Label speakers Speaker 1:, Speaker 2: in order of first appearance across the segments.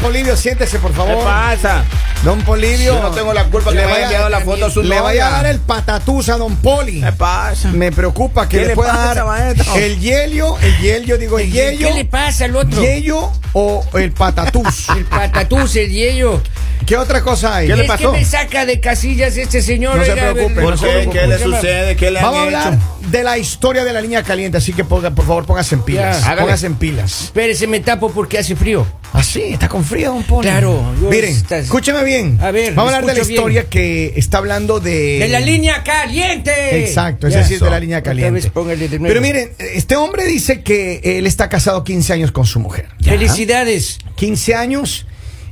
Speaker 1: Polivio, siéntese, por
Speaker 2: ¿Qué
Speaker 1: favor.
Speaker 2: pasa?
Speaker 1: Don Polivio.
Speaker 3: Yo no tengo la culpa que
Speaker 1: Le
Speaker 3: me haya
Speaker 1: vaya-
Speaker 3: enviado la foto a su
Speaker 1: Le vaya a
Speaker 3: novia.
Speaker 1: dar el patatús a Don Poli.
Speaker 2: ¿Qué pasa?
Speaker 1: Me preocupa que
Speaker 2: ¿Qué
Speaker 1: le,
Speaker 2: le
Speaker 1: pueda
Speaker 2: pasa,
Speaker 1: dar
Speaker 2: maestro?
Speaker 1: el hielo, el hielo, digo, el hielo,
Speaker 4: ¿Qué le pasa al otro?
Speaker 1: hielo o el patatús.
Speaker 4: El patatús, el hielo.
Speaker 1: ¿Qué otra cosa hay?
Speaker 2: ¿Qué le
Speaker 4: es
Speaker 2: pasó?
Speaker 4: que me saca de casillas este señor.
Speaker 1: No se
Speaker 4: oiga,
Speaker 1: preocupe, no
Speaker 4: el-
Speaker 3: ¿Por
Speaker 1: se
Speaker 3: qué?
Speaker 1: preocupe.
Speaker 3: ¿Qué le sucede? ¿Qué le han
Speaker 1: Vamos a hablar
Speaker 3: hecho?
Speaker 1: de la historia de la línea caliente, así que ponga- por favor póngase en pilas.
Speaker 4: Ya, hágale.
Speaker 1: póngase en pilas.
Speaker 4: Espérese, me tapo porque hace frío.
Speaker 1: Así, Ah, está con frío, don Poli.
Speaker 4: Claro, yo
Speaker 1: Miren,
Speaker 4: estás-
Speaker 1: escúcheme bien.
Speaker 4: A ver,
Speaker 1: Vamos a hablar de la
Speaker 4: escucho bien.
Speaker 1: historia que está hablando de.
Speaker 4: ¡De la línea caliente!
Speaker 1: Exacto, ese
Speaker 4: Ya.
Speaker 1: sí es de la línea
Speaker 4: Otra vez
Speaker 1: caliente.
Speaker 4: póngale de nuevo.
Speaker 1: Pero miren, este hombre dice que él está casado 15 años con su mujer.
Speaker 4: Felicidades.
Speaker 1: 15 años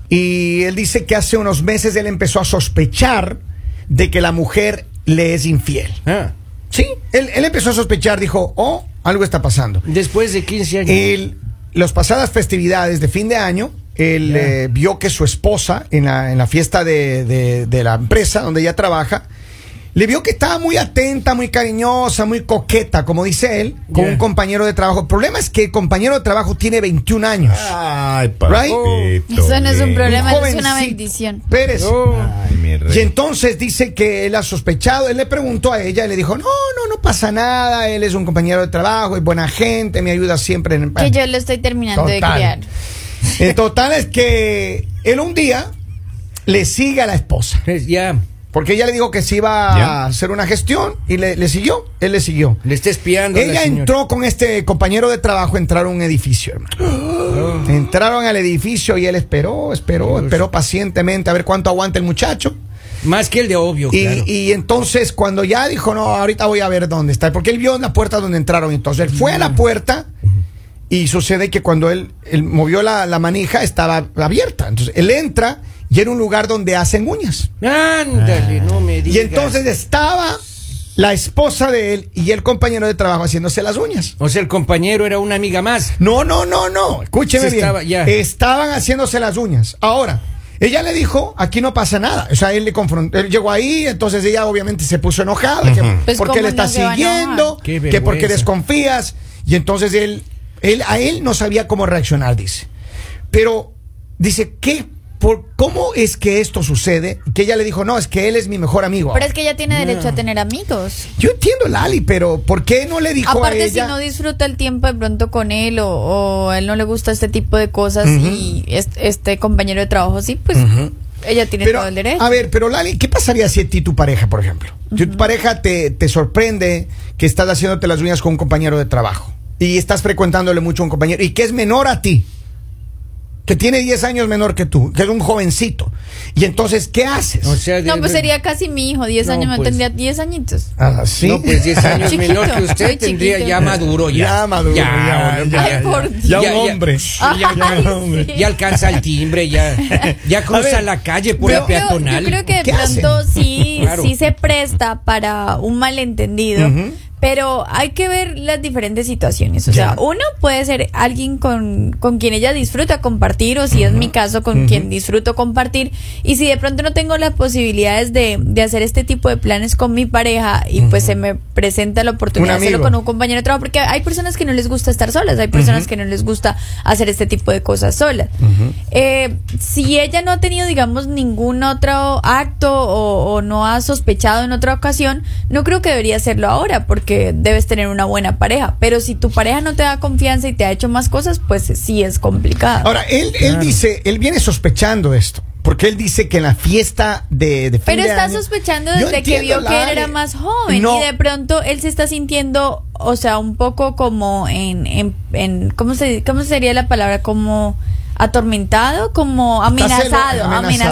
Speaker 1: y él dice que hace unos meses él empezó a sospechar de que la mujer le es infiel.
Speaker 4: Ah,
Speaker 1: Sí, él, él empezó a sospechar, dijo, oh, algo está pasando.
Speaker 4: después de 15 años.
Speaker 1: Él, las pasadas festividades de fin de año, él
Speaker 4: Ya.
Speaker 1: eh, vio que su esposa, en la, en la fiesta de, de- de la empresa donde ella trabaja, le vio que estaba muy atenta, muy cariñosa, muy coqueta, como dice él, con
Speaker 4: Ya.
Speaker 1: un compañero de trabajo. El problema es que el compañero de trabajo tiene 21 años.
Speaker 4: Ah.
Speaker 3: Ay,
Speaker 1: Right?
Speaker 3: papito.
Speaker 5: Eso no es un
Speaker 3: lindo.
Speaker 5: problema, eso es una
Speaker 1: jovencito.
Speaker 5: bendición.
Speaker 1: Pérez.
Speaker 4: Oh,
Speaker 3: Ay, mi rey.
Speaker 1: Y entonces dice que él ha sospechado, él le preguntó a ella y le dijo, no, no, no pasa nada, él es un compañero de trabajo, es buena gente, me ayuda siempre en
Speaker 5: Que yo lo estoy terminando de
Speaker 1: Total.
Speaker 5: criar.
Speaker 1: En total es que él un día le sigue a la esposa,
Speaker 4: es- ya,
Speaker 1: porque ella le dijo que se iba
Speaker 3: Ya.
Speaker 1: a hacer una gestión y le, le siguió, él le siguió.
Speaker 4: le está espiando. a la
Speaker 1: Ella
Speaker 4: señora.
Speaker 1: entró con este compañero de trabajo, entraron a un edificio, hermano. Entraron al edificio y él esperó, esperó, esperó pacientemente a ver cuánto aguanta el muchacho.
Speaker 4: Más que el de obvio,
Speaker 1: Y,
Speaker 4: Pues claro.
Speaker 1: y entonces cuando ya dijo, no, ahorita voy a ver dónde está, porque él vio la puerta donde entraron, entonces él fue a
Speaker 4: Mm.
Speaker 1: la puerta y sucede que cuando él, él movió la, la manija estaba abierta, entonces él entra y era un lugar donde hacen uñas.
Speaker 4: Ándale, no me
Speaker 1: Ah.
Speaker 4: digas.
Speaker 1: Y entonces estaba la esposa de él y el compañero de trabajo haciéndose las uñas.
Speaker 4: O sea, el compañero era una amiga más.
Speaker 1: No, no, no, no. Escúcheme
Speaker 4: Sí,
Speaker 1: bien.
Speaker 4: estaba- ya.
Speaker 1: Estaban haciéndose las uñas. Ahora, ella le dijo, aquí no pasa nada. O sea, él le confrontó. Él llegó ahí, entonces ella obviamente se puso enojada. que
Speaker 5: Pues,
Speaker 1: porque
Speaker 5: ¿cómo
Speaker 1: le está
Speaker 5: no se va a
Speaker 1: siguiendo,
Speaker 5: enojar?
Speaker 4: Qué
Speaker 1: que porque
Speaker 4: vergüenza.
Speaker 1: desconfías. Y entonces él, él, a él no sabía cómo reaccionar, dice. Pero dice, ¿qué? Por, ¿Cómo es que esto sucede? Que ella le dijo, no, es que él es mi mejor amigo.
Speaker 5: Pero es que ella tiene derecho a tener amigos.
Speaker 1: Yo entiendo, Lali, pero ¿por qué no le dijo a
Speaker 5: Aparte, si
Speaker 1: ella?
Speaker 5: no disfruta el tiempo de pronto con él o, o a él no le gusta este tipo de cosas y est- este, compañero de trabajo sí, pues ella tiene
Speaker 1: Pero,
Speaker 5: todo el derecho.
Speaker 1: A ver, pero Lali, ¿qué pasaría si a ti tu pareja, por ejemplo? Si tu pareja te, te sorprende que estás haciéndote las uñas con un compañero de trabajo y estás frecuentándole mucho a un compañero y que es menor a ti, que tiene 10 años menor que tú, que es un jovencito. Y entonces, ¿qué haces?
Speaker 4: O sea, de-
Speaker 5: no, pues sería casi mi hijo, 10
Speaker 4: No,
Speaker 5: años, me
Speaker 4: pues.
Speaker 5: tendría 10 añitos.
Speaker 1: Ah, ¿sí?
Speaker 4: No, pues 10 años
Speaker 5: Chiquito,
Speaker 4: menor que usted
Speaker 5: muy
Speaker 4: tendría
Speaker 5: chiquito.
Speaker 4: ya maduro ya.
Speaker 1: Ya maduro, ya,
Speaker 4: bueno,
Speaker 1: ya,
Speaker 5: Ay, por Dios.
Speaker 1: Ya un hombre.
Speaker 4: sí, ya, ya,
Speaker 5: Ay, sí.
Speaker 4: ya alcanza el timbre, ya, ya cruza
Speaker 1: ver,
Speaker 4: la calle por
Speaker 1: pero-
Speaker 4: la
Speaker 5: Yo creo-
Speaker 4: peatonal.
Speaker 5: Yo creo que de
Speaker 1: ¿Qué hacen?
Speaker 5: pronto sí,
Speaker 4: Claro.
Speaker 5: sí se presta para un malentendido.
Speaker 1: Ujú.
Speaker 5: Pero hay que ver las diferentes situaciones. O
Speaker 1: Ya.
Speaker 5: sea, uno puede ser alguien con, con quien ella disfruta compartir, o si es mi caso, con quien disfruto compartir. Y si de pronto no tengo las posibilidades de, de hacer este tipo de planes con mi pareja y pues se me presenta la oportunidad
Speaker 1: Un
Speaker 5: de hacerlo
Speaker 1: amigo.
Speaker 5: con un compañero de trabajo, porque hay personas que no les gusta estar solas, hay personas que no les gusta hacer este tipo de cosas solas. Eh, si ella no ha tenido, digamos, ningún otro acto o, o no ha sospechado en otra ocasión, no creo que debería hacerlo ahora, porque debes tener una buena pareja. Pero si tu pareja no te da confianza y te ha hecho más cosas, pues sí es complicado.
Speaker 1: Ahora, él, él dice, él viene sospechando esto. Porque él dice que en la fiesta de, de fin
Speaker 5: Pero
Speaker 1: de
Speaker 5: está
Speaker 1: año-
Speaker 5: sospechando
Speaker 1: Yo
Speaker 5: desde que
Speaker 1: entiendo,
Speaker 5: vio que él
Speaker 1: Lali.
Speaker 5: era más joven
Speaker 1: No,
Speaker 5: y de pronto él se está sintiendo, o sea, un poco como en, en, en- ¿cómo, se, ¿cómo sería la palabra? Como atormentado, como
Speaker 1: Está celo-
Speaker 5: amenazado,
Speaker 1: amenazado,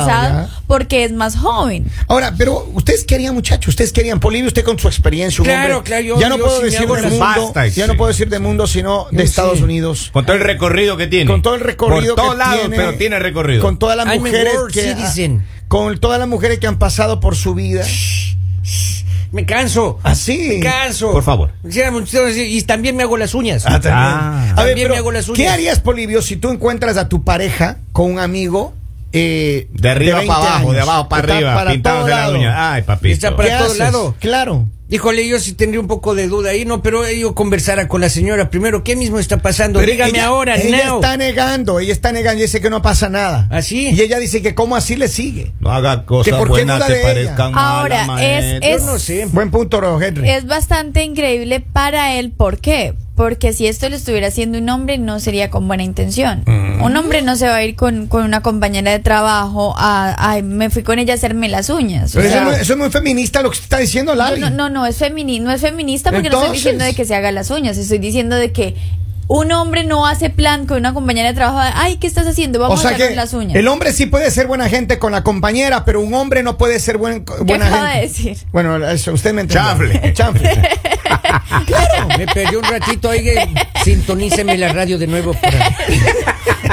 Speaker 5: amenazado
Speaker 1: ya.
Speaker 5: porque es más joven.
Speaker 1: Ahora, pero ustedes querían, muchachos, ustedes querían Bolivia, usted con su experiencia, un
Speaker 4: Claro,
Speaker 1: hombre-
Speaker 4: claro, yo-
Speaker 1: ya no
Speaker 4: yo
Speaker 1: puedo
Speaker 4: sí me
Speaker 1: decir
Speaker 4: hago
Speaker 1: del
Speaker 4: las-
Speaker 1: mundo,
Speaker 3: Basta,
Speaker 1: ya no
Speaker 3: sí.
Speaker 1: puedo decir de mundo, sino de
Speaker 4: Yo
Speaker 1: Estados
Speaker 4: sí.
Speaker 1: Unidos.
Speaker 3: Con todo el recorrido que tiene.
Speaker 1: Con todo el recorrido
Speaker 3: Por todos
Speaker 1: que
Speaker 3: lados,
Speaker 1: tiene,
Speaker 3: pero tiene recorrido.
Speaker 1: Con todas las
Speaker 4: I'm a
Speaker 1: mujeres
Speaker 4: world
Speaker 1: que
Speaker 4: citizen.
Speaker 1: con todas las mujeres que han pasado por su vida.
Speaker 4: Me canso.
Speaker 1: Así.
Speaker 4: Me canso.
Speaker 3: Por favor.
Speaker 4: Ya, entonces, Y también me hago las uñas.
Speaker 1: Ah, también.
Speaker 3: Ah.
Speaker 1: A ver,
Speaker 4: También
Speaker 1: pero,
Speaker 4: me hago las
Speaker 1: ¿qué
Speaker 4: uñas.
Speaker 1: harías, Polivio, si tú encuentras a tu pareja con un amigo eh,
Speaker 3: De arriba
Speaker 1: 20
Speaker 3: para abajo, de
Speaker 1: años.
Speaker 3: abajo para
Speaker 1: Está
Speaker 3: arriba,
Speaker 1: para
Speaker 3: pintándose
Speaker 1: todo
Speaker 3: la
Speaker 1: lado.
Speaker 3: uña. Ay,
Speaker 4: Está
Speaker 3: papito.
Speaker 4: para
Speaker 1: ¿Qué
Speaker 4: todo
Speaker 1: haces?
Speaker 4: lado.
Speaker 1: Claro.
Speaker 4: Híjole, yo sí tendría un poco de duda ahí, ¿no? Pero yo conversara con la señora primero. ¿Qué mismo está pasando?
Speaker 1: Pero
Speaker 4: Dígame
Speaker 1: ella-
Speaker 4: ahora,
Speaker 1: Ella
Speaker 4: now.
Speaker 1: está negando, ella está negando, y dice que no pasa nada.
Speaker 4: ¿Ah, sí?
Speaker 1: Y ella dice que cómo así le sigue.
Speaker 3: No haga
Speaker 1: ¿Que
Speaker 3: cosas
Speaker 1: por qué
Speaker 3: buenas
Speaker 1: duda
Speaker 3: que
Speaker 1: de ella?
Speaker 3: parezcan
Speaker 5: Ahora,
Speaker 3: malas,
Speaker 5: es-
Speaker 3: maestro.
Speaker 5: es-
Speaker 4: Yo no sé.
Speaker 1: Buen punto, Rojo Henry.
Speaker 5: Es bastante increíble para él. ¿Por qué? Porque si esto lo estuviera haciendo un hombre, no sería con buena intención.
Speaker 1: Mm.
Speaker 5: Un hombre no se va a ir con, con una compañera de trabajo a, ay, me fui con ella a hacerme las uñas. o
Speaker 1: Pero eso,
Speaker 5: sea,
Speaker 1: no- eso es muy feminista lo que está diciendo Lali.
Speaker 5: no, no, no, es femini- no es feminista porque no estoy
Speaker 1: Entonces.
Speaker 5: diciendo de que se haga las uñas, estoy diciendo de que un hombre no hace plan con una compañera de trabajo. de, Ay, ¿qué estás haciendo? Vamos
Speaker 1: o sea
Speaker 5: a hacer
Speaker 1: que
Speaker 5: las uñas.
Speaker 1: el hombre sí puede ser buena gente con la compañera, pero un hombre no puede ser buen, buena
Speaker 5: acaba de
Speaker 1: gente.
Speaker 5: decir?
Speaker 1: Bueno, eso, usted me entendió.
Speaker 3: Chanfle.
Speaker 1: Chanfle.
Speaker 4: Me perdí un ratito, oiga, sintoníceme la radio de nuevo. para-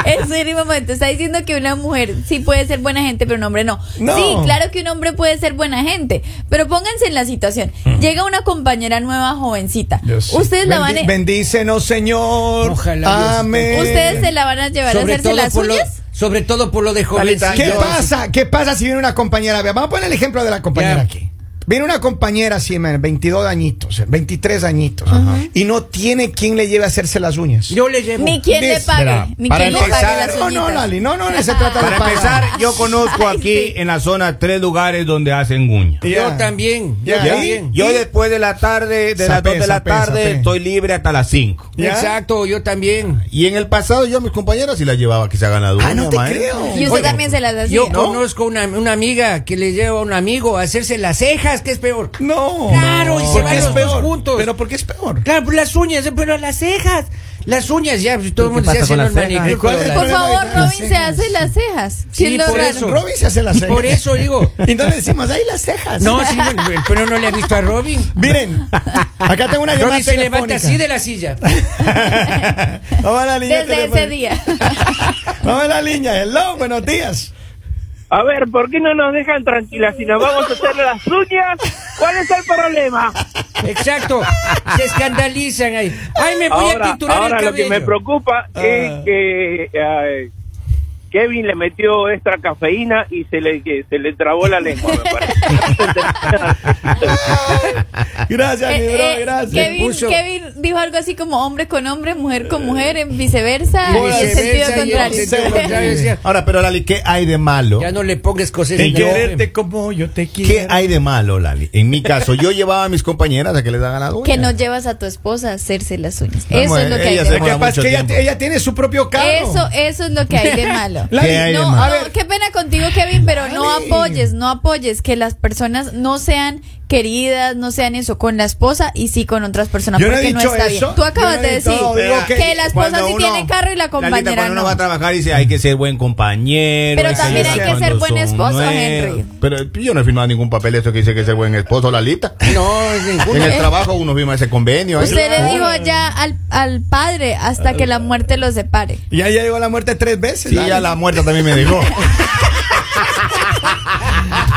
Speaker 5: En serio, mamá, te está diciendo que una mujer sí puede ser buena gente, pero un hombre no.
Speaker 1: No.
Speaker 5: Sí, claro que un hombre puede ser buena gente, pero pónganse en la situación.
Speaker 1: Mm.
Speaker 5: Llega una compañera nueva, jovencita. Ustedes la van
Speaker 1: Bendi-
Speaker 5: a...
Speaker 1: Bendícenos, Señor.
Speaker 4: Ojalá Dios-
Speaker 1: Amén.
Speaker 5: ¿Ustedes se la van a llevar a hacerse las
Speaker 4: por lo,
Speaker 5: uñas?
Speaker 4: sobre todo por lo de
Speaker 3: Lalita,
Speaker 4: jovencita.
Speaker 1: ¿Qué
Speaker 3: Yo-
Speaker 1: pasa? ¿Qué pasa si viene una compañera? Vea, Vamos a poner el ejemplo de la compañera
Speaker 4: Ya.
Speaker 1: aquí. Viene una compañera así, man, 22 añitos, 23 añitos, y no tiene quien le lleve a hacerse las uñas.
Speaker 4: Yo le llevo.
Speaker 5: Ni quien le
Speaker 1: Dice,
Speaker 3: verá,
Speaker 5: pague, ni
Speaker 3: para
Speaker 5: quien le pague
Speaker 3: empezar-
Speaker 5: las
Speaker 1: no,
Speaker 5: uñitas.
Speaker 1: no, Lali, no, no, no se trata de
Speaker 3: Para
Speaker 1: pagar.
Speaker 3: empezar, yo conozco
Speaker 5: Ay,
Speaker 3: aquí
Speaker 5: sí.
Speaker 3: en la zona tres lugares donde hacen uña.
Speaker 1: Ya.
Speaker 4: Yo también.
Speaker 1: Ya.
Speaker 4: Yo
Speaker 1: ¿Y?
Speaker 4: también.
Speaker 3: Yo después de la tarde, de las
Speaker 1: Sapé,
Speaker 3: dos de la
Speaker 1: sapé,
Speaker 3: tarde,
Speaker 1: sapé.
Speaker 3: estoy libre hasta las 5.
Speaker 1: ¿Ya?
Speaker 4: Exacto, yo también.
Speaker 3: Y en el pasado yo a mis compañeras sí las llevaba que se hagan la duda.
Speaker 1: Ah, no te creo.
Speaker 5: Y usted
Speaker 1: Oye,
Speaker 5: también se las hacía.
Speaker 4: Yo conozco una, una amiga que le lleva a un amigo a hacerse las cejas, que es peor.
Speaker 1: No.
Speaker 4: Claro, y se
Speaker 1: ¿Por
Speaker 4: van
Speaker 1: qué es
Speaker 4: los dos
Speaker 1: peor?
Speaker 4: juntos.
Speaker 1: Pero porque es peor.
Speaker 4: Claro, pues las uñas, eh, pero las cejas. Las uñas ya, pues, todo el
Speaker 2: ¿Qué
Speaker 4: mundo se
Speaker 2: pasa
Speaker 4: hace
Speaker 2: con
Speaker 4: los
Speaker 2: las cejas?
Speaker 4: manicures.
Speaker 1: ¿Cuál es el
Speaker 4: pero
Speaker 5: Por
Speaker 4: las-
Speaker 1: problema?
Speaker 5: favor,
Speaker 1: Las
Speaker 5: Robin se
Speaker 1: cejas.
Speaker 5: hace las cejas.
Speaker 4: Sí,
Speaker 5: ¿Quién lo
Speaker 4: por
Speaker 5: raro?
Speaker 4: eso.
Speaker 1: Robin se hace las cejas.
Speaker 4: Por eso digo.
Speaker 1: Y no le decimos, ahí las cejas.
Speaker 4: No, sí, bueno, pero no le ha visto a Robin.
Speaker 1: Miren, acá tengo una llamada
Speaker 4: Robin se levanta
Speaker 1: telefónica.
Speaker 4: así de la silla.
Speaker 1: Vamos a la línea
Speaker 5: Desde ese
Speaker 1: telefónica.
Speaker 5: día.
Speaker 1: Vamos a la línea. Hello, buenos días.
Speaker 6: A ver, ¿por qué no nos dejan tranquilas si nos vamos a hacer las uñas? ¿Cuál es el problema?
Speaker 4: Exacto. Se escandalizan ahí. Ay, me voy a
Speaker 6: Ahora,
Speaker 4: pinturar
Speaker 6: ahora
Speaker 4: el
Speaker 6: lo que
Speaker 4: cabello. Ah.
Speaker 6: me preocupa es que ay, Kevin le metió extra cafeína y se le que se le trabó la lengua, me parece.
Speaker 1: Gracias, mi
Speaker 5: Eh,
Speaker 1: bro,
Speaker 5: eh,
Speaker 1: gracias.
Speaker 5: Kevin,
Speaker 4: Puso- Eh,
Speaker 5: Kevin dijo algo así como hombre con hombre, mujer con mujer, en viceversa,
Speaker 1: Y
Speaker 5: y en sentido
Speaker 4: viceversa, y en
Speaker 5: contrario.
Speaker 4: sentido contrario, decía,
Speaker 3: Ahora, pero Lali, ¿qué hay de malo?
Speaker 4: Ya no le pongas cosas
Speaker 3: En
Speaker 4: en la
Speaker 3: quererte
Speaker 4: boca.
Speaker 1: como yo te
Speaker 3: ¿Qué Ah, hay de malo, Lali? En mi caso, yo llevaba a mis compañeras a que les hagan la uña.
Speaker 5: que no llevas a tu esposa a hacerse las uñas.
Speaker 3: No,
Speaker 5: Eso es
Speaker 3: mujer,
Speaker 5: lo que hay
Speaker 3: ella
Speaker 5: de
Speaker 3: se
Speaker 5: malo.
Speaker 1: Capaz
Speaker 3: mucho
Speaker 1: que ella,
Speaker 3: tiempo.
Speaker 1: ella tiene su propio carro.
Speaker 5: Eso, eso es lo que hay de malo.
Speaker 1: Lali,
Speaker 3: ¿Qué hay de
Speaker 5: No,
Speaker 3: malo?
Speaker 5: no,
Speaker 1: a ver,
Speaker 5: qué pena contigo, Kevin, pero no
Speaker 1: Lali.
Speaker 5: apoyes, no apoyes que las personas no sean queridas, no sean eso con la esposa y sí con otras personas,
Speaker 1: Yo no he
Speaker 5: porque no,
Speaker 1: dicho
Speaker 5: está
Speaker 1: eso,
Speaker 5: bien. Tú acabas
Speaker 1: yo no
Speaker 5: de
Speaker 1: he
Speaker 5: decir
Speaker 1: dicho- digo
Speaker 5: que,
Speaker 1: que
Speaker 5: la esposa
Speaker 3: cuando
Speaker 5: sí
Speaker 3: uno-
Speaker 5: tiene carro y la
Speaker 3: Lalita,
Speaker 5: compañera
Speaker 3: cuando uno
Speaker 5: no.
Speaker 3: va a trabajar dice, hay que ser buen compañero.
Speaker 5: Pero también
Speaker 1: hay
Speaker 3: ayudar
Speaker 5: que ser
Speaker 3: cuando
Speaker 5: buen
Speaker 3: son
Speaker 5: esposo,
Speaker 3: nuevos".
Speaker 5: Henry.
Speaker 3: Pero yo no he firmado ningún papel eso que dice que es buen esposo, Lalita.
Speaker 4: No,
Speaker 3: En
Speaker 4: ninguno.
Speaker 3: el trabajo uno firma ese convenio. ¿eh?
Speaker 5: Usted le dijo ya al, al padre hasta que la muerte los separe.
Speaker 1: Ya ya llegó a la muerte tres veces.
Speaker 3: Sí,
Speaker 1: Lali.
Speaker 3: ya la muerta también me dijo.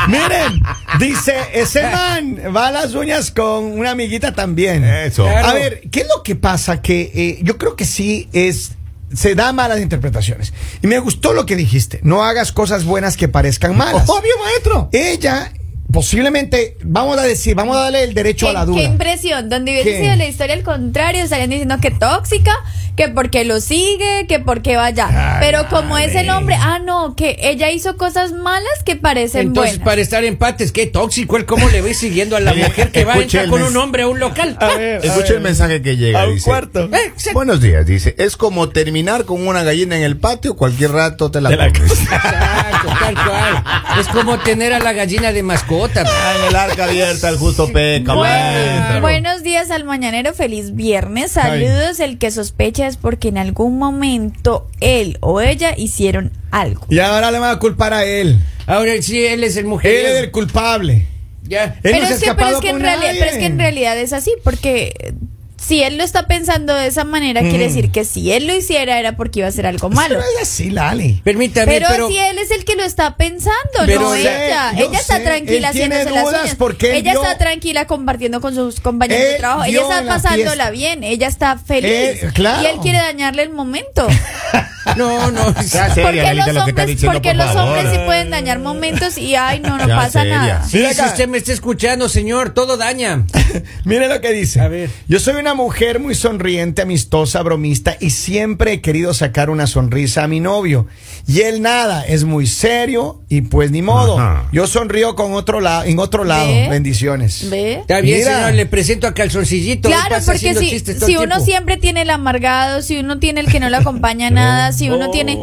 Speaker 1: Miren, dice, ese man va a las uñas con una amiguita también.
Speaker 3: Eso.
Speaker 1: A ver, ¿qué es lo que pasa? Que eh, yo creo que sí es. Se da malas interpretaciones. Y me gustó lo que dijiste. No hagas cosas buenas que parezcan malas.
Speaker 3: Obvio, maestro.
Speaker 1: Ella, posiblemente, vamos a decir, vamos a darle el derecho a
Speaker 5: ¿Qué,
Speaker 1: la
Speaker 5: qué
Speaker 1: duda.
Speaker 5: impresión, donde hubiese
Speaker 1: ¿Qué?
Speaker 5: sido la historia al contrario, estarían diciendo que tóxica, que porque lo sigue, que porque vaya. Pero como es el hombre, ah, no, que ella hizo cosas malas que parecen
Speaker 4: Entonces,
Speaker 5: buenas.
Speaker 4: para estar empates, qué tóxico él, cómo le voy siguiendo a la
Speaker 3: Oye,
Speaker 4: mujer que va a
Speaker 3: escuche
Speaker 4: entrar
Speaker 3: el
Speaker 4: con
Speaker 3: mes.
Speaker 4: un hombre a un local.
Speaker 3: Escucha el mensaje que llega.
Speaker 1: A un
Speaker 3: dice,
Speaker 1: cuarto.
Speaker 4: Eh, se-
Speaker 3: Buenos días, dice. Es como terminar con una gallina en el patio, cualquier rato te la comes.
Speaker 4: Exacto, tal cual. Es como tener a la gallina de mascota.
Speaker 3: Ah, en el arca abierta, el justo peca, maestro.
Speaker 5: Buenos días al mañanero, feliz viernes.
Speaker 1: Ay.
Speaker 5: Saludos. El que sospecha es porque en algún momento él o ella hicieron algo.
Speaker 1: Y ahora le van a culpar a él.
Speaker 4: Ahora sí, él es el mujer.
Speaker 1: Él es el culpable.
Speaker 4: Ya.
Speaker 1: Él no
Speaker 5: Pero
Speaker 1: se
Speaker 5: es,
Speaker 1: ha
Speaker 5: que, pero es
Speaker 1: escapado
Speaker 5: que en
Speaker 1: con
Speaker 5: realidad,
Speaker 1: nadie.
Speaker 5: pero es que en realidad es así, porque si él lo está pensando de esa manera, quiere
Speaker 1: Mm.
Speaker 5: decir que si él lo hiciera era porque iba a hacer algo malo.
Speaker 1: Pero es así, Lali.
Speaker 4: Permítame,
Speaker 5: Pero,
Speaker 4: pero,
Speaker 5: si él es el que lo está pensando,
Speaker 4: Pero
Speaker 5: no
Speaker 4: sé,
Speaker 5: ella.
Speaker 1: yo
Speaker 5: Ella está
Speaker 1: sé.
Speaker 5: tranquila
Speaker 1: Él tiene
Speaker 5: haciéndose las
Speaker 1: dudas
Speaker 5: uñas.
Speaker 1: porque él
Speaker 5: ella
Speaker 1: vio-
Speaker 5: está tranquila compartiendo con sus compañeros
Speaker 1: Él
Speaker 5: de trabajo. Ella
Speaker 1: vio
Speaker 5: está
Speaker 1: la
Speaker 5: pasándola
Speaker 1: fiesta.
Speaker 5: bien. Ella está feliz.
Speaker 1: Él- claro.
Speaker 5: Y él quiere dañarle el momento.
Speaker 4: no, no.
Speaker 3: Ya sé.
Speaker 5: ¿Por
Speaker 3: Seria,
Speaker 5: qué los
Speaker 3: Lalita, lo que está
Speaker 5: hombres,
Speaker 3: diciendo,
Speaker 5: porque
Speaker 3: por
Speaker 5: los
Speaker 3: favor.
Speaker 5: hombres sí pueden dañar momentos y ay, no, no
Speaker 3: Ya,
Speaker 5: pasa
Speaker 3: seria.
Speaker 5: nada?
Speaker 4: Sí,
Speaker 1: Mira
Speaker 4: si
Speaker 1: acá.
Speaker 4: usted me está escuchando, señor, todo daña.
Speaker 1: Mire lo que dice.
Speaker 4: A ver.
Speaker 1: Yo soy una mujer muy sonriente, amistosa, bromista y siempre he querido sacar una sonrisa a mi novio. Y él nada, es muy serio y pues ni modo.
Speaker 3: Ajá.
Speaker 1: Yo sonrío con otro lado, en otro lado.
Speaker 5: ¿Ve?
Speaker 1: Bendiciones.
Speaker 5: ¿Ve?
Speaker 4: Está bien,
Speaker 1: Mira.
Speaker 4: señor, le presento a calzoncillito. él
Speaker 5: Claro,
Speaker 4: pasa
Speaker 5: porque
Speaker 4: haciendo
Speaker 5: si,
Speaker 4: chistes todo
Speaker 5: si
Speaker 4: el
Speaker 5: uno
Speaker 4: tiempo.
Speaker 5: siempre tiene el amargado, si uno tiene el que no le acompaña a nada, si uno tiene...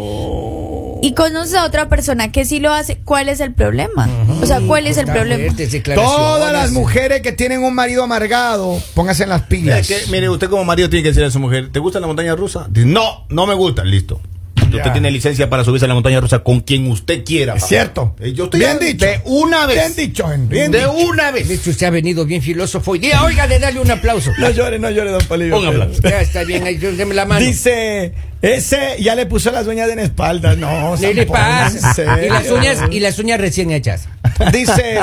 Speaker 5: Y conoce a otra persona que sí lo hace, ¿cuál es el problema? O sea, ¿cuál es el
Speaker 4: Está
Speaker 5: problema?
Speaker 4: fuertes declaraciones.
Speaker 1: Todas las mujeres que tienen un marido amargado, pónganse en las pilas.
Speaker 3: Es que, mire, usted como marido tiene que decirle a su mujer, ¿te gusta la montaña rusa? Dice, no, no me gusta, listo. Usted tiene licencia para subirse a la montaña rusa con quien usted quiera.
Speaker 1: Es
Speaker 3: papá.
Speaker 1: cierto.
Speaker 3: Eh, Yo estoy
Speaker 1: Bien
Speaker 3: de
Speaker 1: dicho.
Speaker 3: una vez.
Speaker 1: Bien dicho, Henry. Bien
Speaker 3: de
Speaker 1: dicho.
Speaker 3: una vez.
Speaker 4: De hecho, usted ha venido bien filósofo y día, oiga, de darle un aplauso.
Speaker 1: No llore, no llore, don Polivio.
Speaker 3: Póngame la-
Speaker 4: Ya está bien, ahí, yo- deme la mano.
Speaker 1: Dice, ese ya le puso las uñas en la espalda. No,
Speaker 4: ¿Qué le
Speaker 1: se ponga en
Speaker 4: pasa? Y las
Speaker 1: serio.
Speaker 4: uñas, y las uñas recién hechas.
Speaker 1: Dice,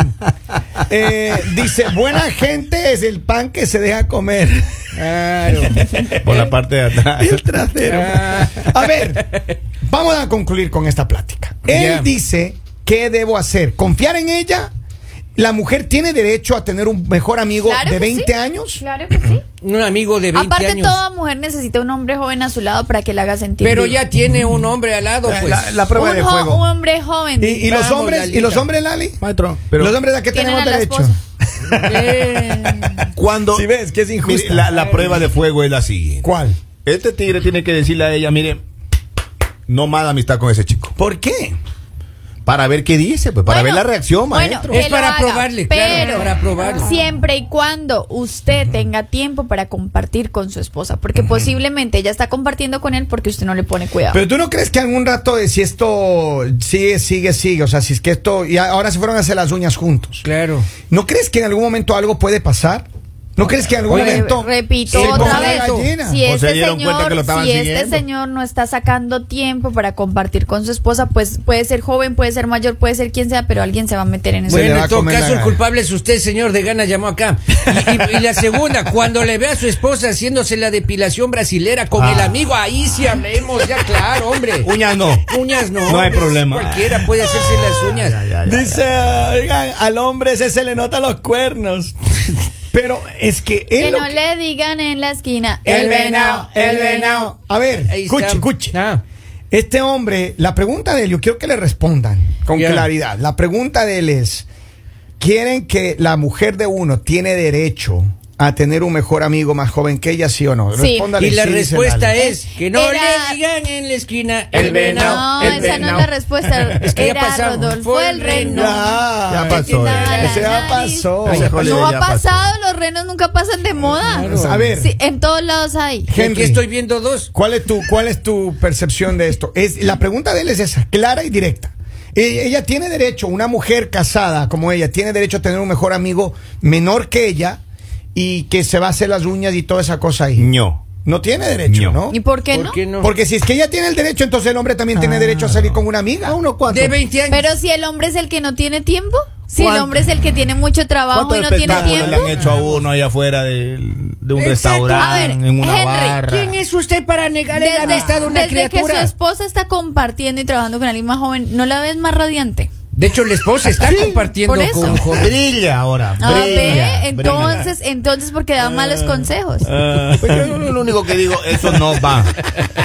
Speaker 1: eh, dice, buena gente es el pan que se deja comer.
Speaker 4: Claro.
Speaker 3: Por la parte de atrás.
Speaker 1: El trasero.
Speaker 4: Ah.
Speaker 1: A ver, vamos a concluir con esta plática. Él
Speaker 4: Ya.
Speaker 1: dice, ¿qué debo hacer? ¿Confiar en ella? ¿La mujer tiene derecho a tener un mejor amigo
Speaker 5: Claro
Speaker 1: de
Speaker 5: que
Speaker 1: 20
Speaker 5: sí,
Speaker 1: años?
Speaker 5: Claro que sí.
Speaker 4: Un amigo de 20
Speaker 5: Aparte,
Speaker 4: años.
Speaker 5: toda mujer necesita un hombre joven a su lado para que la haga sentir.
Speaker 4: Pero
Speaker 5: viva.
Speaker 4: ya tiene un hombre al lado, pues.
Speaker 1: la, la prueba
Speaker 5: un,
Speaker 1: de
Speaker 5: jo-
Speaker 1: fuego.
Speaker 5: un hombre joven.
Speaker 1: ¿Y, y los
Speaker 4: Vamos,
Speaker 1: hombres? ¿Y
Speaker 4: Lalita.
Speaker 1: los hombres, Lali?
Speaker 3: Maestro, pero-
Speaker 1: ¿Los hombres a qué
Speaker 5: Tienen
Speaker 1: tenemos
Speaker 5: a la
Speaker 1: derecho?
Speaker 5: esposa.
Speaker 4: Eh.
Speaker 3: Cuando.
Speaker 1: Si ves que es injusta.
Speaker 3: Mire, la, la prueba de fuego es la siguiente.
Speaker 1: ¿Cuál?
Speaker 3: Este tigre tiene que decirle a ella, mire, no más amistad con ese chico.
Speaker 1: ¿Por qué?
Speaker 3: Para ver qué dice, pues, para
Speaker 5: Bueno,
Speaker 3: ver la reacción,
Speaker 5: bueno,
Speaker 3: maestro.
Speaker 5: que
Speaker 4: Es
Speaker 5: lo
Speaker 4: para probarle, claro, para probarle.
Speaker 5: Siempre y cuando usted tenga tiempo para compartir con su esposa, porque posiblemente ella está compartiendo con él porque usted no le pone cuidado.
Speaker 1: Pero tú no crees que algún rato de si esto sigue, sigue, sigue, o sea, si es que esto, y a- ahora se fueron a hacer las uñas juntos,
Speaker 4: Claro.
Speaker 1: ¿no crees que en algún momento algo puede pasar? ¿No crees que en algún
Speaker 4: Oye,
Speaker 1: momento...
Speaker 5: repito
Speaker 1: se
Speaker 5: otra
Speaker 1: ponga la
Speaker 5: vez,
Speaker 1: gallina?
Speaker 5: si
Speaker 3: O se
Speaker 5: este,
Speaker 3: dieron cuenta
Speaker 5: señor,
Speaker 3: que lo estaban
Speaker 5: si este
Speaker 3: siguiendo.
Speaker 5: señor no está sacando tiempo para compartir con su esposa, pues puede ser joven, puede ser mayor, puede ser quien sea, pero alguien se va a meter en eso.
Speaker 1: le
Speaker 4: Bueno,
Speaker 1: va a
Speaker 4: en todo
Speaker 1: comer la
Speaker 4: caso, el
Speaker 1: gana.
Speaker 4: culpable es usted, señor de Gana, llamó acá. Y, y- y la segunda, cuando le ve a su esposa haciéndose la depilación brasilera con
Speaker 1: Ah.
Speaker 4: el amigo, ahí sí hablemos, ya claro, hombre.
Speaker 3: Uñas no.
Speaker 4: Uñas no.
Speaker 3: No hay problema.
Speaker 4: Cualquiera puede hacerse las uñas.
Speaker 1: Dice, oigan, al hombre ese se le notan los cuernos. Pero es que él...
Speaker 5: que
Speaker 1: lo
Speaker 5: no
Speaker 1: que-
Speaker 5: le digan en la esquina.
Speaker 4: El venao, el venao.
Speaker 1: A ver,
Speaker 4: Ahí está.
Speaker 1: escuche, escuche.
Speaker 4: Ah.
Speaker 1: Este hombre, la pregunta de él, yo quiero que le respondan con
Speaker 4: Ya.
Speaker 1: claridad. La pregunta de él es, ¿quieren que la mujer de uno tiene derecho a tener un mejor amigo más joven que ella, sí o no?
Speaker 5: Sí.
Speaker 1: Respóndale,
Speaker 4: Y la
Speaker 1: sí, dice
Speaker 4: respuesta
Speaker 1: Lali.
Speaker 4: es que no
Speaker 5: Era-
Speaker 4: le digan en la esquina
Speaker 3: El venao,
Speaker 5: No,
Speaker 3: el
Speaker 5: esa no
Speaker 3: venao.
Speaker 5: es la respuesta.
Speaker 4: Es que ya
Speaker 5: Era
Speaker 4: pasamos.
Speaker 5: Rodolfo
Speaker 4: Fue
Speaker 5: el
Speaker 4: el reno.
Speaker 5: reno.
Speaker 1: Ya,
Speaker 3: Ya pasó,
Speaker 5: ya.
Speaker 1: Ese ya pasó.
Speaker 3: Ay, Híjole,
Speaker 5: No
Speaker 3: ya
Speaker 5: ha
Speaker 3: pasó.
Speaker 5: pasado, los renos nunca pasan de moda.
Speaker 1: Pues, A ver,
Speaker 5: Sí, en todos lados hay.
Speaker 1: Henry.
Speaker 4: Aquí estoy viendo dos.
Speaker 1: ¿cuál es tu, cuál es tu percepción de esto? Es, la pregunta de él es esa, clara y directa. E- Ella tiene derecho, una mujer casada como ella, tiene derecho a tener un mejor amigo menor que ella y que se va a hacer las uñas y toda esa cosa ahí.
Speaker 3: No.
Speaker 1: No tiene derecho, ¿no?
Speaker 3: No.
Speaker 5: ¿Y por qué
Speaker 4: ¿Por
Speaker 5: no?
Speaker 4: qué no?
Speaker 1: Porque si es que ella tiene el derecho, entonces el hombre también tiene derecho Ah. a salir con una amiga. uno cuatro.
Speaker 4: De 20 años.
Speaker 5: Pero si el hombre es el que no tiene tiempo, si el
Speaker 3: ¿Cuánto?
Speaker 5: hombre es el que tiene mucho trabajo y no tiene
Speaker 3: espectáculos le han
Speaker 5: tiempo.
Speaker 3: hecho a uno allá afuera de, de un
Speaker 4: Exacto.
Speaker 5: A ver,
Speaker 3: restaurante, en una
Speaker 5: Henry,
Speaker 3: barra?
Speaker 4: ¿Quién es usted para negar
Speaker 5: Desde,
Speaker 4: el amistad de una
Speaker 5: desde que su
Speaker 4: criatura?
Speaker 5: esposa está compartiendo y trabajando con alguien más joven, ¿no la ves más radiante?
Speaker 4: De hecho, la esposa está compartiendo
Speaker 5: por eso.
Speaker 4: con joven.
Speaker 3: Brilla ahora.
Speaker 5: Ah,
Speaker 3: brilla,
Speaker 5: ve, entonces, entonces porque da malos consejos.
Speaker 3: brilla. Pues yo lo único que digo, eso no va.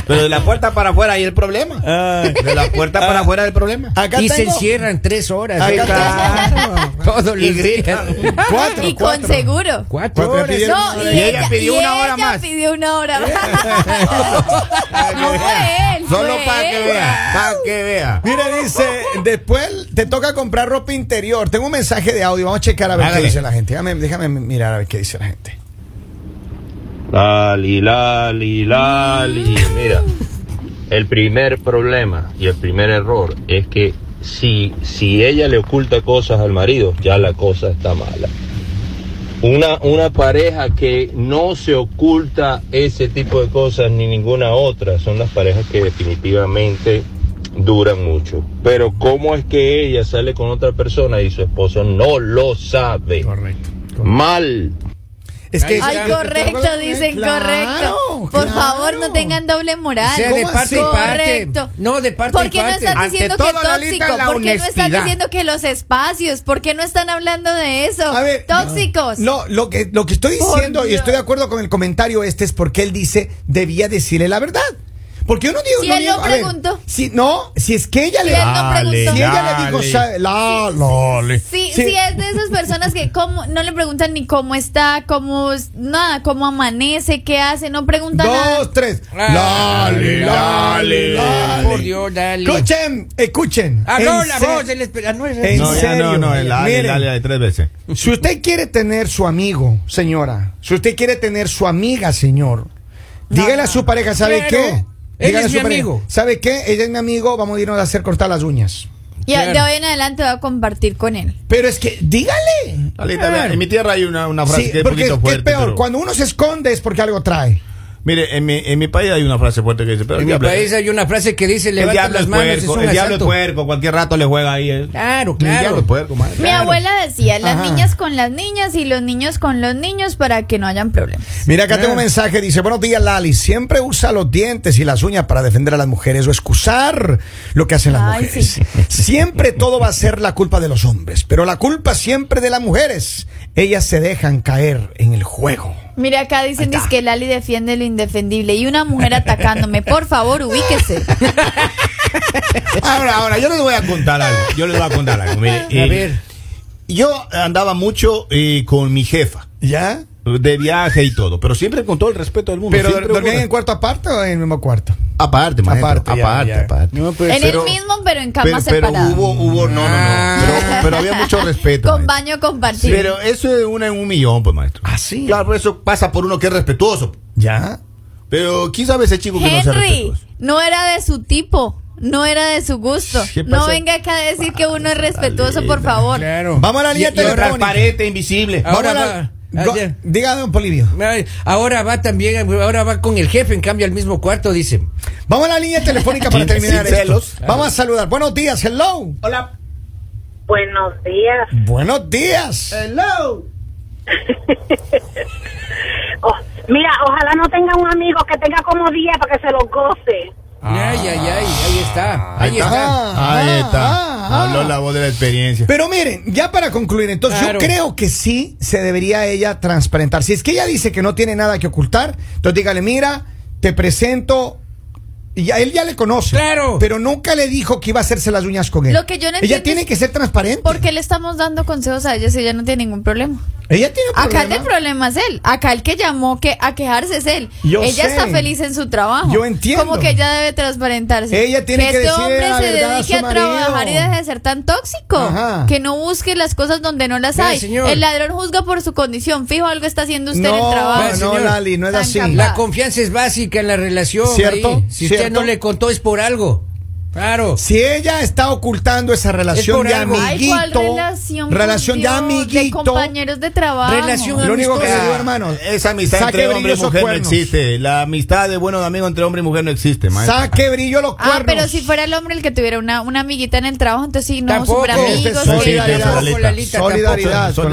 Speaker 3: Pero de la puerta para afuera ahí el problema. De la puerta para afuera el problema.
Speaker 1: Acá
Speaker 4: y se
Speaker 1: tengo-
Speaker 4: encierran tres horas.
Speaker 1: Acá
Speaker 4: ¿eh?
Speaker 1: está.
Speaker 4: Todos los
Speaker 3: Y
Speaker 4: días.
Speaker 3: gritan.
Speaker 1: Cuatro,
Speaker 5: y
Speaker 1: cuatro.
Speaker 5: con seguro.
Speaker 4: Cuatro
Speaker 1: Cuatro
Speaker 4: horas.
Speaker 1: días.
Speaker 5: No, y,
Speaker 3: Y ella pidió
Speaker 5: y
Speaker 3: una hora
Speaker 5: ella
Speaker 3: más.
Speaker 5: pidió una hora más. no fue él.
Speaker 3: Solo
Speaker 5: fue
Speaker 3: para que
Speaker 5: él.
Speaker 3: vea. Para que vea.
Speaker 1: Mira, dice, después te toca comprar ropa interior. Tengo un mensaje de audio, vamos a checar a ver qué
Speaker 3: Hágale.
Speaker 1: dice la gente. Déjame, déjame mirar a ver qué dice la gente.
Speaker 2: Lali, Lali, Lali. Mira, el primer problema y el primer error es que si, si ella le oculta cosas al marido, ya la cosa está mala. Una, una pareja que no se oculta ese tipo de cosas ni ninguna otra son las parejas que definitivamente duran mucho. Pero ¿cómo es que ella sale con otra persona y su esposo no lo sabe?
Speaker 1: Correcto.
Speaker 2: Mal.
Speaker 1: Es que
Speaker 4: Ahí
Speaker 5: Ay,
Speaker 4: está.
Speaker 5: correcto, dicen
Speaker 1: Claro,
Speaker 5: correcto. Por
Speaker 1: claro.
Speaker 5: favor, no tengan doble moral.
Speaker 4: O sea, de parte y parte.
Speaker 5: Correcto.
Speaker 4: No, de parte y
Speaker 5: ¿Por qué no
Speaker 4: parte.
Speaker 5: están
Speaker 1: Ante
Speaker 5: diciendo
Speaker 1: todo,
Speaker 5: que
Speaker 1: Lalita,
Speaker 5: tóxico?
Speaker 1: la
Speaker 5: ¿Por qué no están
Speaker 1: honestidad.
Speaker 5: diciendo que los espacios? ¿Por qué no están hablando de eso?
Speaker 1: A ver,
Speaker 5: Tóxicos.
Speaker 1: No, lo que, lo que estoy
Speaker 5: Por
Speaker 1: diciendo, y
Speaker 5: Dios.
Speaker 1: estoy de acuerdo con el comentario este, es porque él dice, debía decirle la verdad. Porque yo no digo...
Speaker 5: Si
Speaker 1: no
Speaker 5: él
Speaker 1: digo-
Speaker 5: no
Speaker 1: a ver,
Speaker 5: preguntó.
Speaker 1: si, no, si es que ella le...
Speaker 5: Si él no preguntó.
Speaker 1: Si
Speaker 5: Dale,
Speaker 1: ella le dijo, "Sa- la, la, le".
Speaker 5: Sí,
Speaker 1: Sí.
Speaker 5: sí, es de esas personas que cómo, no le preguntan ni cómo está, cómo, es- nada, cómo amanece, qué hace, no preguntan nada.
Speaker 1: Dos, tres.
Speaker 4: Ah,
Speaker 1: Lale, lale, lale.
Speaker 4: Por Dios, dale.
Speaker 1: Escuchen, escuchen.
Speaker 4: Ah, no,
Speaker 1: En
Speaker 4: la
Speaker 1: se-
Speaker 4: voz del esper- ah, no es-
Speaker 1: En
Speaker 3: No, ya
Speaker 1: serio.
Speaker 3: no, no, el ale,
Speaker 1: Miren.
Speaker 3: el ale, ale, tres veces.
Speaker 1: Si usted quiere tener su amigo, señora, si usted quiere tener su amiga, señor, dígale a su pareja, ¿sabe
Speaker 4: Claro.
Speaker 1: qué?
Speaker 4: Él
Speaker 1: Dígale
Speaker 4: es
Speaker 1: a su
Speaker 4: mi
Speaker 1: pareja,
Speaker 4: amigo.
Speaker 1: ¿Sabe qué? Ella es mi amigo, vamos a irnos a hacer cortar las uñas.
Speaker 5: Y a- de
Speaker 4: Claro.
Speaker 5: hoy en adelante va a compartir con él.
Speaker 1: Pero es que, dígale.
Speaker 3: Alita, vea, en mi tierra hay una, una frase
Speaker 1: Sí,
Speaker 3: que es un
Speaker 1: porque es,
Speaker 3: poquito
Speaker 1: que es
Speaker 3: fuerte.
Speaker 1: peor,
Speaker 3: pero-
Speaker 1: cuando uno se esconde es porque algo trae.
Speaker 3: Mire, en mi, en mi país hay una frase fuerte que dice, pero
Speaker 4: En
Speaker 3: el
Speaker 4: mi
Speaker 3: diablo-
Speaker 4: país hay una frase que dice,
Speaker 3: el
Speaker 4: levanta
Speaker 3: diablo
Speaker 4: las
Speaker 3: es
Speaker 4: manos, es
Speaker 3: puerco,
Speaker 4: un
Speaker 3: el diablo es
Speaker 4: asalto.
Speaker 3: puerco, cualquier rato le juega ahí. eh.
Speaker 4: Claro,
Speaker 3: El diablo
Speaker 4: claro.
Speaker 3: es puerco, madre.
Speaker 5: Mi abuela decía, las
Speaker 1: Ajá.
Speaker 5: niñas con las niñas y los niños con los niños para que no hayan problemas.
Speaker 1: Mira, acá
Speaker 5: Ah.
Speaker 1: tengo un mensaje, dice, buenos días Lali, siempre usa los dientes y las uñas para defender a las mujeres o excusar lo que hacen las
Speaker 5: Ay,
Speaker 1: mujeres.
Speaker 5: sí.
Speaker 1: Siempre todo va a ser la culpa de los hombres, pero la culpa siempre de las mujeres. Ellas se dejan caer en el juego.
Speaker 5: Mira, acá dicen que Lali defiende lo indefendible y una mujer atacándome. Por favor, ubíquese.
Speaker 3: Ahora, ahora, yo les voy a contar algo. Yo les voy a contar algo. Mire,
Speaker 4: A
Speaker 3: eh,
Speaker 4: ver.
Speaker 3: Yo andaba mucho eh, con mi jefa,
Speaker 1: ¿Ya?
Speaker 3: de viaje y todo, pero siempre con todo el respeto del mundo.
Speaker 1: ¿Pero
Speaker 3: siempre
Speaker 1: dor- dormían
Speaker 3: hubo-
Speaker 1: en cuarto aparte o en el mismo cuarto?
Speaker 3: Aparte, maestro,
Speaker 1: Aparte, ya,
Speaker 3: aparte,
Speaker 1: ya.
Speaker 3: aparte.
Speaker 4: pues,
Speaker 5: en el mismo, pero en
Speaker 3: Pues, pero,
Speaker 5: camas
Speaker 3: pero
Speaker 5: separadas.
Speaker 3: hubo, hubo, no, no,
Speaker 1: Ah.
Speaker 3: no. Pero, pero había mucho respeto.
Speaker 5: Con
Speaker 3: maestro.
Speaker 5: baño compartido.
Speaker 3: Pero eso es una en un millón, pues, maestro.
Speaker 1: Ah, sí.
Speaker 3: Claro, por eso pasa por uno que es respetuoso. Ah,
Speaker 1: ¿Ya?
Speaker 3: Pero quién sabe ese chico que no sea
Speaker 5: Henry,
Speaker 3: respetuoso.
Speaker 5: no era de su tipo, no era de su gusto.
Speaker 3: ¿Qué
Speaker 5: No
Speaker 3: pasa?
Speaker 5: venga acá a decir que uno es respetuoso, por favor.
Speaker 4: Claro.
Speaker 1: Vamos a la línea
Speaker 4: Y- y ahora-
Speaker 1: telefónica.
Speaker 3: Transparente, invisible.
Speaker 4: Ahora
Speaker 1: Vamos
Speaker 4: va.
Speaker 3: ah,
Speaker 1: a la- Go-
Speaker 4: Ayer.
Speaker 1: Diga, don Polivio.
Speaker 4: Ay, Ahora va también, ahora va con el jefe, en cambio al mismo cuarto, dice.
Speaker 1: Vamos a la línea telefónica para
Speaker 3: Sin-
Speaker 1: terminar
Speaker 3: sin
Speaker 1: esto.
Speaker 3: celos.
Speaker 1: Vamos a saludar. Buenos días, hello.
Speaker 3: Hola.
Speaker 7: Buenos días.
Speaker 1: Buenos días.
Speaker 3: Hello.
Speaker 7: Oh, mira, ojalá no tenga un amigo que tenga como día para que se lo goce.
Speaker 4: Ay, ay, ay, ahí está, ahí está.
Speaker 1: Ah,
Speaker 3: Ahí está.
Speaker 1: ah, ah.
Speaker 3: Habló la voz de la experiencia.
Speaker 1: Pero miren, ya para concluir, entonces
Speaker 4: Claro.
Speaker 1: yo creo que sí se debería ella transparentar. Si es que ella dice que no tiene nada que ocultar, entonces dígale, mira, te presento. Y ya- él ya le conoce.
Speaker 4: Claro.
Speaker 1: Pero nunca le dijo que iba a hacerse las uñas con él.
Speaker 5: Lo que yo no
Speaker 1: Ella
Speaker 5: entiendo
Speaker 1: tiene
Speaker 5: es-
Speaker 1: que ser transparente.
Speaker 5: ¿Por qué le estamos dando consejos a ella si ella no tiene ningún problema?
Speaker 1: Ella tiene
Speaker 5: Acá el
Speaker 1: problema.
Speaker 5: del problema es él. Acá el que llamó que a quejarse es él.
Speaker 1: Yo
Speaker 5: ella
Speaker 1: sé.
Speaker 5: está feliz en su trabajo.
Speaker 1: Yo entiendo.
Speaker 5: Como que ella debe transparentarse.
Speaker 1: Ella tiene que
Speaker 5: este
Speaker 1: decirle
Speaker 5: hombre
Speaker 1: la
Speaker 5: se
Speaker 1: verdad a
Speaker 5: dedique
Speaker 1: su
Speaker 5: a, trabajar y
Speaker 1: marido.
Speaker 5: deje de ser tan tóxico.
Speaker 1: Ajá.
Speaker 5: Que no busque las cosas donde no las
Speaker 4: Mire,
Speaker 5: hay.
Speaker 4: señor.
Speaker 5: El ladrón juzga por su condición. Fijo, algo está haciendo usted en
Speaker 1: No,
Speaker 5: el trabajo.
Speaker 1: no,
Speaker 4: señor.
Speaker 1: Lali, no es
Speaker 5: Tan
Speaker 1: así.
Speaker 5: capaz.
Speaker 4: La confianza es básica en la relación.
Speaker 1: ¿Cierto?
Speaker 4: ahí. Si usted
Speaker 1: ¿Cierto?
Speaker 4: no le contó es por algo. Claro.
Speaker 1: Si ella está ocultando esa relación
Speaker 4: por
Speaker 1: de
Speaker 4: algo.
Speaker 1: amiguito,
Speaker 5: Ay, ¿cuál relación? por
Speaker 1: relación de
Speaker 5: Dios? De
Speaker 1: amiguito,
Speaker 5: compañeros de trabajo.
Speaker 4: Relación
Speaker 1: lo único que le
Speaker 4: amistosa.
Speaker 1: digo, hermano,
Speaker 3: Eh, Esa amistad
Speaker 1: saque
Speaker 3: entre hombre
Speaker 1: brillo
Speaker 3: y
Speaker 1: esos
Speaker 3: mujer
Speaker 1: cuernos.
Speaker 3: no existe. La amistad de buenos amigos entre hombre y mujer no existe, maestro.
Speaker 1: saque brillo los cuernos.
Speaker 5: Ah, pero si fuera el hombre el que tuviera una, una amiguita en el trabajo, entonces sí, no,
Speaker 4: Tampoco.
Speaker 5: super
Speaker 1: Este es
Speaker 3: No
Speaker 5: amigos. que-
Speaker 3: existe
Speaker 1: solidaridad.
Speaker 3: eso, Lalita.
Speaker 4: Solidaridad.
Speaker 1: Solidaridad con la
Speaker 3: Solidaridad, no, eso no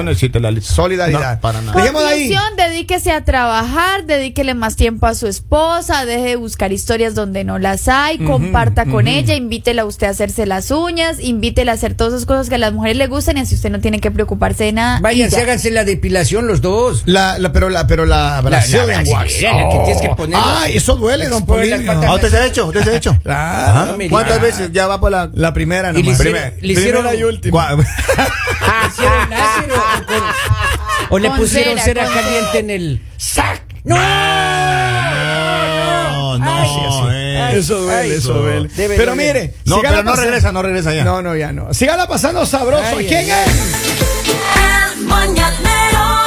Speaker 1: compañera.
Speaker 3: existe la lista.
Speaker 1: Solidaridad.
Speaker 3: No, para nada.
Speaker 1: Dejémosla ahí.
Speaker 5: Conclusión, dedíquese a trabajar, dedíquele más tiempo a su esposa, deje de buscar historias donde no las hay, comparta con ella, invítela a usted a hacerse las uñas, invítela a hacer todas esas cosas que a las mujeres le gustan y así usted no tiene que preocuparse de nada. y
Speaker 4: Váyanse,
Speaker 5: ya.
Speaker 4: háganse la depilación los dos.
Speaker 1: La, la, pero la, pero la Brazilian
Speaker 4: brasileña
Speaker 1: wax.
Speaker 4: que tienes que poner.
Speaker 1: Ah, Ay, eso duele, don
Speaker 4: Exponer las
Speaker 1: Polivio.
Speaker 4: patas.
Speaker 3: Ah, usted se ha hecho, usted se ha hecho.
Speaker 1: Claro.
Speaker 3: Ajá.
Speaker 4: mira.
Speaker 3: ¿Ah? ¿Cuántas veces ya va por la
Speaker 1: La primera
Speaker 4: Y le
Speaker 1: nomás.
Speaker 4: hicieron, le hicieron,
Speaker 1: Primera y última.
Speaker 3: Gua-
Speaker 4: ¿le hicieron láser o, con- o le
Speaker 5: Con
Speaker 4: pusieron
Speaker 5: cera,
Speaker 4: cera
Speaker 5: con-
Speaker 4: caliente en el.
Speaker 1: ¡Sac!
Speaker 4: ¡No!
Speaker 3: No, no,
Speaker 4: Ay, sí, sí.
Speaker 3: eh.
Speaker 1: Eso duele, eso duele.
Speaker 4: Debe
Speaker 1: pero
Speaker 4: doler.
Speaker 1: mire,
Speaker 3: No,
Speaker 1: sígala
Speaker 3: pero no
Speaker 1: pasando-
Speaker 3: regresa, no regresa ya.
Speaker 1: No, no, ya no. Sígala pasando sabroso.
Speaker 4: Ay,
Speaker 1: ¿Quién
Speaker 4: ay,
Speaker 1: es?
Speaker 8: El mañanero